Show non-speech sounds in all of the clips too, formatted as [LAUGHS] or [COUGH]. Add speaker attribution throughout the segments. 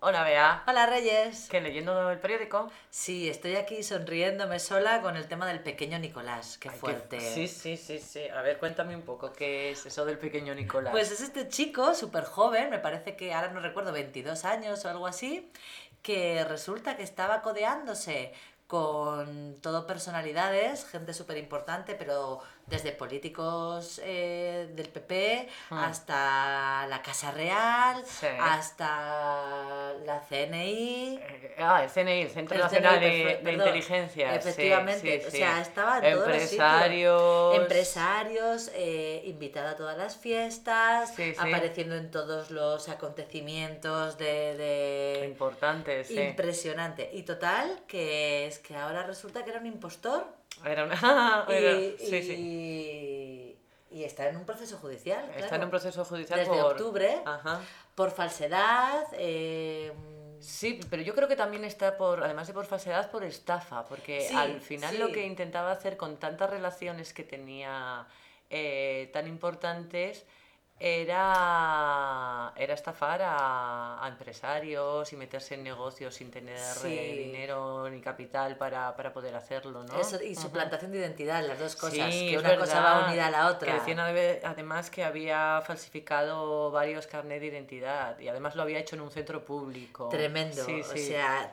Speaker 1: Andrea,
Speaker 2: Hola Reyes.
Speaker 1: que leyendo el periódico.
Speaker 2: Sí, estoy aquí sonriéndome sola con el tema del pequeño Nicolás. Qué
Speaker 1: Ay, qué-
Speaker 2: fuerte.
Speaker 1: Sí, sí, sí, sí. A ver, cuéntame un poco qué es eso del pequeño Nicolás.
Speaker 2: Pues es este chico súper joven, me parece que ahora no recuerdo, 22 años o algo así, que resulta que estaba codeándose con todo personalidades, gente súper importante, pero desde políticos eh, del PP
Speaker 1: Ah.
Speaker 2: hasta la Casa Real,
Speaker 1: Sí.
Speaker 2: hasta la CNI.
Speaker 1: Eh, Ah, el CNI, el Centro
Speaker 2: El
Speaker 1: Nacional
Speaker 2: CNI,
Speaker 1: de,
Speaker 2: perfe-
Speaker 1: de
Speaker 2: pues, perdón.
Speaker 1: Inteligencia. Eh, sí,
Speaker 2: Efectivamente,
Speaker 1: sí,
Speaker 2: o
Speaker 1: sí.
Speaker 2: sea, estaba en todos los sitios.
Speaker 1: Empresarios.
Speaker 2: Empresarios, eh, invitada a todas las fiestas,
Speaker 1: Sí, sí.
Speaker 2: apareciendo en todos los acontecimientos de... de-
Speaker 1: Importantes, sí.
Speaker 2: Impresionante. Y total, que es que ahora resulta que era un impostor
Speaker 1: Era una- [LAUGHS]
Speaker 2: y,
Speaker 1: era- sí, sí.
Speaker 2: y- y está en un proceso judicial.
Speaker 1: Está en
Speaker 2: claro.
Speaker 1: un proceso judicial
Speaker 2: Desde
Speaker 1: por... Ah.
Speaker 2: octubre,
Speaker 1: Ajá.
Speaker 2: por falsedad. eh,
Speaker 1: Sí, pero yo creo que también está por, además de por falsedad, por estafa, porque
Speaker 2: Sí,
Speaker 1: al final
Speaker 2: sí.
Speaker 1: lo que intentaba hacer con tantas relaciones que tenía eh, tan importantes era, era estafar a, a empresarios y meterse en negocios sin tener
Speaker 2: Sí.
Speaker 1: eh, dinero ni capital para, para poder hacerlo, ¿no?
Speaker 2: eso- y
Speaker 1: Ujú.
Speaker 2: suplantación de identidad, las dos cosas,
Speaker 1: Sí,
Speaker 2: que
Speaker 1: es
Speaker 2: una cosa
Speaker 1: verdad,
Speaker 2: va unida a la otra.
Speaker 1: Que decían ade- además que había falsificado varios carnet de identidad y además lo había hecho en un centro público.
Speaker 2: Tremendo,
Speaker 1: Sí,
Speaker 2: o
Speaker 1: sí.
Speaker 2: sea,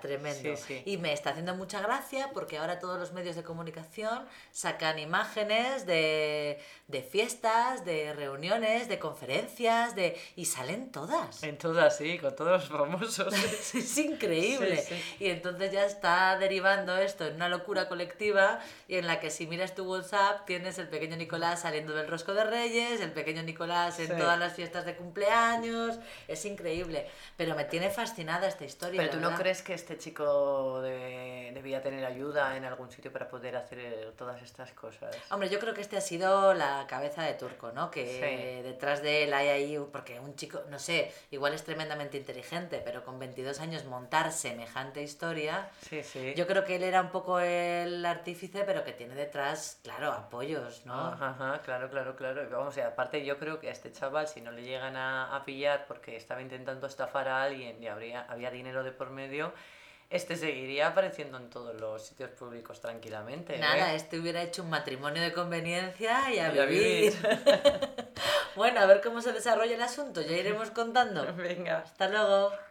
Speaker 1: Sí,
Speaker 2: tremendo.
Speaker 1: sí.
Speaker 2: Y me está haciendo mucha gracia porque ahora todos los medios de comunicación sacan imágenes de, de fiestas, de reuniones, de conferencias, de y salen todas.
Speaker 1: En todas, sí, con todos los famosos.
Speaker 2: [LAUGHS] Es [LAUGHS] increíble.
Speaker 1: Sí, sí.
Speaker 2: Y entonces ya está derivando esto en una locura colectiva y en la que si miras tu WhatsApp tienes el pequeño Nicolás saliendo del Rosco de Reyes, el pequeño Nicolás en
Speaker 1: Sí.
Speaker 2: todas las fiestas de cumpleaños. Es increíble. Pero me tiene fascinada esta historia.
Speaker 1: Pero
Speaker 2: la
Speaker 1: tú no
Speaker 2: verdad.
Speaker 1: crees que este chico de- debía tener ayuda en algún sitio para poder hacer eh, todas estas cosas.
Speaker 2: Hombre, yo creo que este ha sido la cabeza de turco, ¿no? Que
Speaker 1: Sí.
Speaker 2: detrás de él hay ahí, un- porque un chico, no sé, igual es tremendamente inteligente, pero con 22 años montar semejante historia,
Speaker 1: Sí, sí.
Speaker 2: yo creo que él era un poco el artífice, pero que tiene detrás, claro, apoyos, ¿no?
Speaker 1: Ajá, ajá, claro, claro, claro. Y Vamos, y aparte yo creo que a este chaval, si no le llegan a, a pillar porque estaba intentando estafar a alguien y habría, había dinero de por medio, este seguiría apareciendo en todos los sitios públicos tranquilamente. ¿eh?
Speaker 2: Nada, este hubiera hecho un matrimonio de conveniencia y a
Speaker 1: Y a
Speaker 2: vivir. [LAUGHS]
Speaker 1: vivir.
Speaker 2: bueno, a ver cómo se desarrolla el asunto, ya iremos contando.
Speaker 1: Venga.
Speaker 2: Hasta luego.